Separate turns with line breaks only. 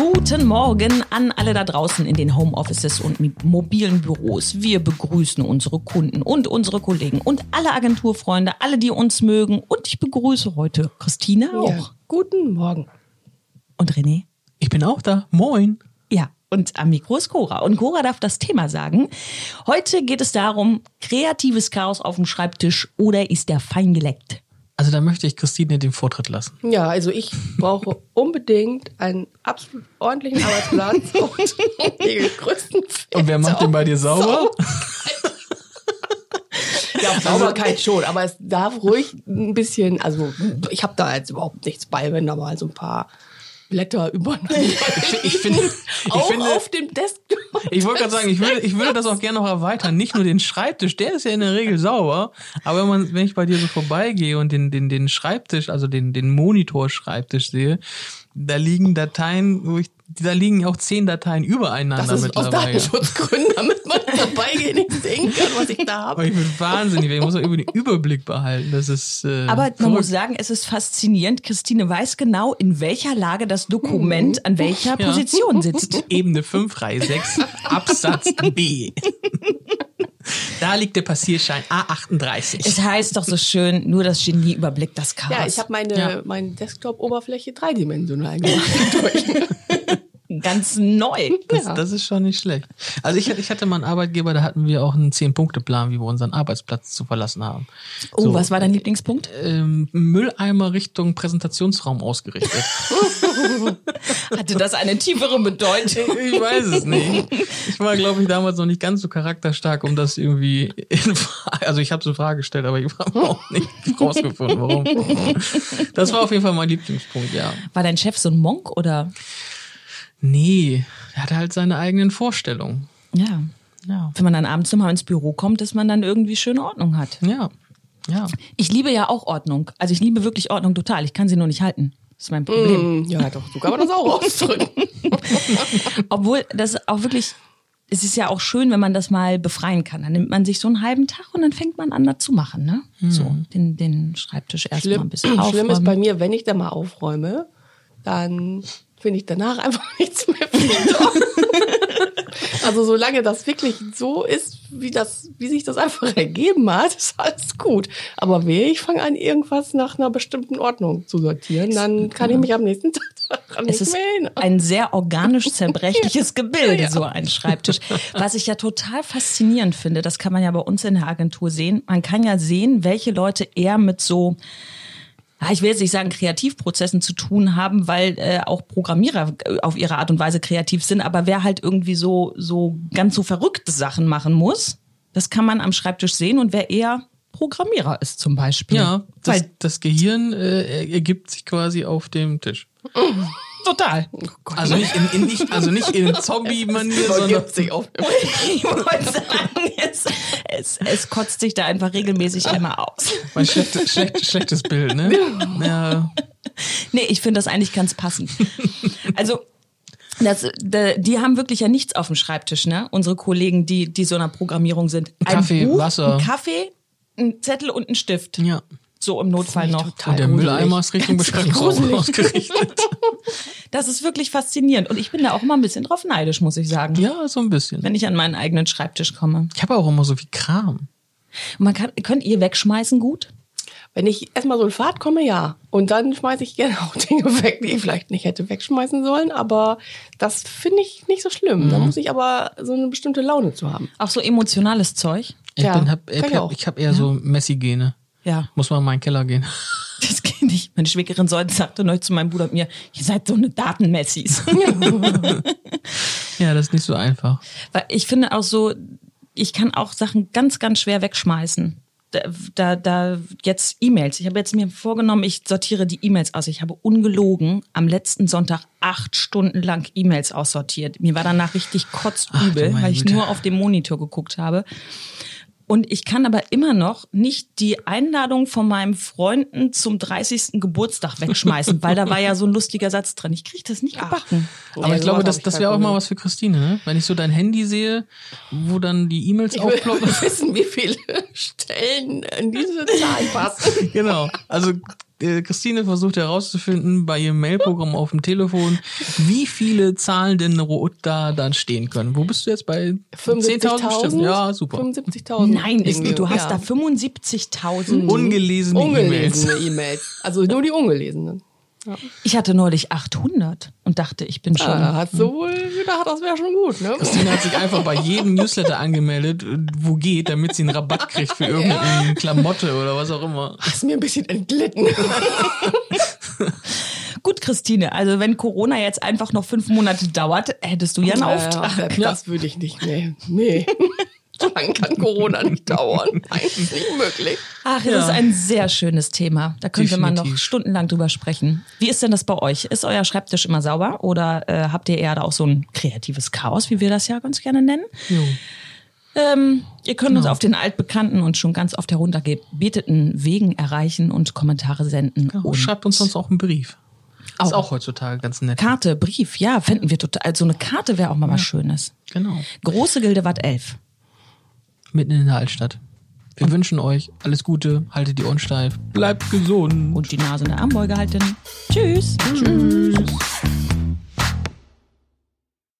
Guten Morgen an alle da draußen in den Homeoffices und mi- mobilen Büros. Wir begrüßen unsere Kunden und unsere Kollegen und alle Agenturfreunde, alle, die uns mögen. Und ich begrüße heute Christina auch
Ja. Guten Morgen.
und René.
Ich bin auch da. Moin.
Ja, und am Mikro ist Cora. Und Cora darf das Thema sagen. Heute geht es darum, kreatives Chaos auf dem Schreibtisch oder ist der fein geleckt?
Also da möchte ich Christine den Vortritt lassen.
Ja, also ich brauche unbedingt einen absolut ordentlichen Arbeitsplatz und die größten
Und wer macht den bei dir sauber?
Ja, Sauberkeit schon, aber es darf ruhig ein bisschen, also ich habe da jetzt überhaupt nichts bei, wenn da mal so ein paar Blätter über
Ich finde, ich
auch
finde,
auf dem Desk.
ich wollte gerade sagen, ich würde, ich würde das auch gerne noch erweitern. Nicht nur den Schreibtisch, der ist ja in der Regel sauber. Aber wenn, man, wenn ich bei dir so vorbeigehe und den, den, den Schreibtisch, also den, den Monitor-Schreibtisch sehe, da liegen Dateien, wo ich, da liegen auch zehn Dateien übereinander
Das ist aus
mittlerweile.
Datenschutzgründen, damit man dabei geht, nichts sehen kann, was ich da
Aber
habe.
Oh, ich bin wahnsinnig, ich muss auch über den Überblick behalten. Das ist. Äh,
Aber man
verrückt.
muss sagen, es ist faszinierend. Christine weiß genau, in welcher Lage das Dokument an welcher
Ja.
Position sitzt.
Ebene 5, Reihe 6, Absatz B. Da liegt der Passierschein A38.
Es heißt doch so schön, nur das Genie überblickt das Chaos.
Ja, ich habe meine,
Ja.
meine Desktop-Oberfläche dreidimensional gemacht.
ganz neu.
Das,
Ja.
das ist schon nicht schlecht. Also ich, hatte- ich hatte mal einen Arbeitgeber, da hatten wir auch einen 10-Punkte-Plan, wie wir unseren Arbeitsplatz zu verlassen haben.
Oh, was war dein Lieblingspunkt?
Ähm, Mülleimer Richtung Präsentationsraum ausgerichtet.
Hatte das eine tiefere Bedeutung?
Ich weiß es nicht. Ich war, glaube ich, damals noch nicht ganz so charakterstark, um das irgendwie in Frage. Also ich habe es in Frage gestellt, aber ich habe auch nicht rausgefunden, warum. Das war auf jeden Fall mein Lieblingspunkt, ja.
War dein Chef so ein Monk oder?
Nee, er hatte halt seine eigenen Vorstellungen.
Ja.
Ja.
Wenn man dann abends nochmal ins Büro kommt, dass man dann irgendwie schöne Ordnung hat.
Ja. Ja.
Ich liebe ja auch Ordnung. Also ich liebe wirklich Ordnung total. Ich kann sie nur nicht halten. Das ist mein Problem.
Mhm. ja, doch, so kann man das auch ausdrücken.
Obwohl das auch wirklich, es ist ja auch schön, wenn man das mal befreien kann. Dann nimmt man sich so einen halben Tag und dann fängt man an, das zu machen. Ne? So, den, den Schreibtisch erstmal ein
Schlimm,
bisschen
schlimm
aufräumen.
ist bei mir, wenn ich da mal aufräume, dann finde ich danach einfach nichts mehr. wieder. also solange das wirklich so ist, wie, das, wie sich das einfach ergeben hat, ist alles gut. Aber wehe, ich fange an, irgendwas nach einer bestimmten Ordnung zu sortieren, dann kann ich mich am nächsten Tag daran
genau. es
nicht
ist
mehr erinnern.
ein sehr organisch zerbrechliches Gebilde, so ein Schreibtisch. Was ich ja total faszinierend finde, das kann man ja bei uns in der Agentur sehen. Man kann ja sehen, welche Leute eher mit so, ah, ich will jetzt nicht sagen Kreativprozessen zu tun haben, weil äh, auch Programmierer äh, auf ihre Art und Weise kreativ sind, aber wer halt irgendwie so, so ganz so verrückte Sachen machen muss, das kann man am Schreibtisch sehen und wer eher Programmierer ist zum Beispiel.
Ja, das,
weil,
das Gehirn äh, ergibt sich quasi auf dem Tisch. Total. Also nicht in, in, nicht, also nicht in Zombie-Manier,
Also
sondern
Übergibt sich auf
ich wollte sagen, es, es, es kotzt sich da einfach regelmäßig einmal aus.
mein schlechtes, schlecht, schlechtes Bild, ne? Ja.
Nee, ich finde das eigentlich ganz passend. Also, das, de, die haben wirklich ja nichts auf dem Schreibtisch, ne? Unsere Kollegen, die, die so einer Programmierung sind.
Kaffee,
ein Buch,
Wasser.
Ein Kaffee, ein Zettel und ein Stift.
ja.
So im Notfall noch.
Und der
gruselig.
Mülleimer ist Richtung Beschreibungsraum ausgerichtet.
Das ist wirklich faszinierend. Und ich bin da auch immer ein bisschen drauf neidisch, muss ich sagen.
Ja, so ein bisschen.
Wenn ich an meinen eigenen Schreibtisch komme.
Ich habe auch immer so viel Kram.
Man kann, könnt ihr wegschmeißen gut?
Wenn ich erstmal so in Fahrt komme, ja. Und dann schmeiße ich gerne auch Dinge weg, die ich vielleicht nicht hätte wegschmeißen sollen. Aber das finde ich nicht so schlimm.
Mhm.
Da muss ich aber so eine bestimmte Laune zu haben.
Auch so emotionales Zeug?
Ich,
Ja,
bin, hab,
kann
ich,
ich auch.
hab, ich hab eher so Messi-Gene.
Ja.
Muss mal in meinen Keller gehen.
Das geht nicht. Meine Schwägerin Solden sagte neulich zu meinem Bruder und mir, ihr seid so eine Datenmessis.
Ja, das ist nicht so einfach.
Weil ich finde auch so, ich kann auch Sachen ganz, ganz schwer wegschmeißen. Da, da, da jetzt E-Mails. Ich habe jetzt mir vorgenommen, ich sortiere die E-Mails aus. Ich habe ungelogen am letzten Sonntag acht Stunden lang E-Mails aussortiert. Mir war danach richtig
Ach,
kotzübel,
du meine
weil ich
Güte.
nur auf dem Monitor geguckt habe. Und ich kann aber immer noch nicht die Einladung von meinem Freunden zum 30. Geburtstag wegschmeißen, weil da war ja so ein lustiger Satz drin. Ich kriege das nicht gebacken.
Aber ich glaube, das, das wäre auch mal was für Christine, ne? Wenn ich so dein Handy sehe, wo dann die E-Mails
Ich will
aufploppen.
wissen, wie viele Stellen in diese Zahl passen.
genau. Also äh, Christine versucht herauszufinden bei ihrem Mailprogramm auf dem Telefon, wie viele Zahlen denn rot da dann stehen können. Wo bist du jetzt bei 10.000 bestimmt? Ja, super.
75.000.
Nein, ist,
Irgendwie,
du hast da
ja.
75.000.
Ungelesene E-Mails.
ungelesene E-Mails. also nur die ungelesenen.
Ich hatte neulich 800 und dachte, ich bin schon.
Ja, da hat so wohl gedacht, das wäre schon gut, ne?
Christine hat sich einfach bei jedem Newsletter angemeldet, äh, wo geht, damit sie einen Rabatt kriegt für irgendeine Klamotte oder was auch immer.
Das ist mir ein bisschen entglitten.
Gut, Christine, also wenn Corona jetzt einfach noch fünf Monate dauert, hättest du ja einen Auftrag.
Äh, das würde ich nicht, nee. Nee. So lange kann Corona nicht dauern. Nein, ist nicht möglich.
Ach, das ist ein sehr schönes Thema. Da könnte man noch
Definitiv.
stundenlang drüber sprechen. Wie ist denn das bei euch? Ist euer Schreibtisch immer sauber oder äh, habt ihr eher da auch so ein kreatives Chaos, wie wir das ja ganz gerne nennen? Ähm, ihr könnt uns auf den altbekannten und schon ganz oft heruntergebeteten Wegen erreichen und Kommentare senden.
Ja,
und
Oh, schreibt uns sonst auch einen Brief.
Auch.
Ist auch heutzutage ganz nett.
Karte, Brief, ja, fänden wir total. Also eine Karte wäre auch mal was Schönes.
Genau.
Große Gilde Watt 11.
Mitten in der Altstadt. Wir wünschen euch alles Gute, haltet die Ohren steif, bleibt gesund.
Und die Nase in der Armbeuge halten. Tschüss. Tschüss.
Tschüss.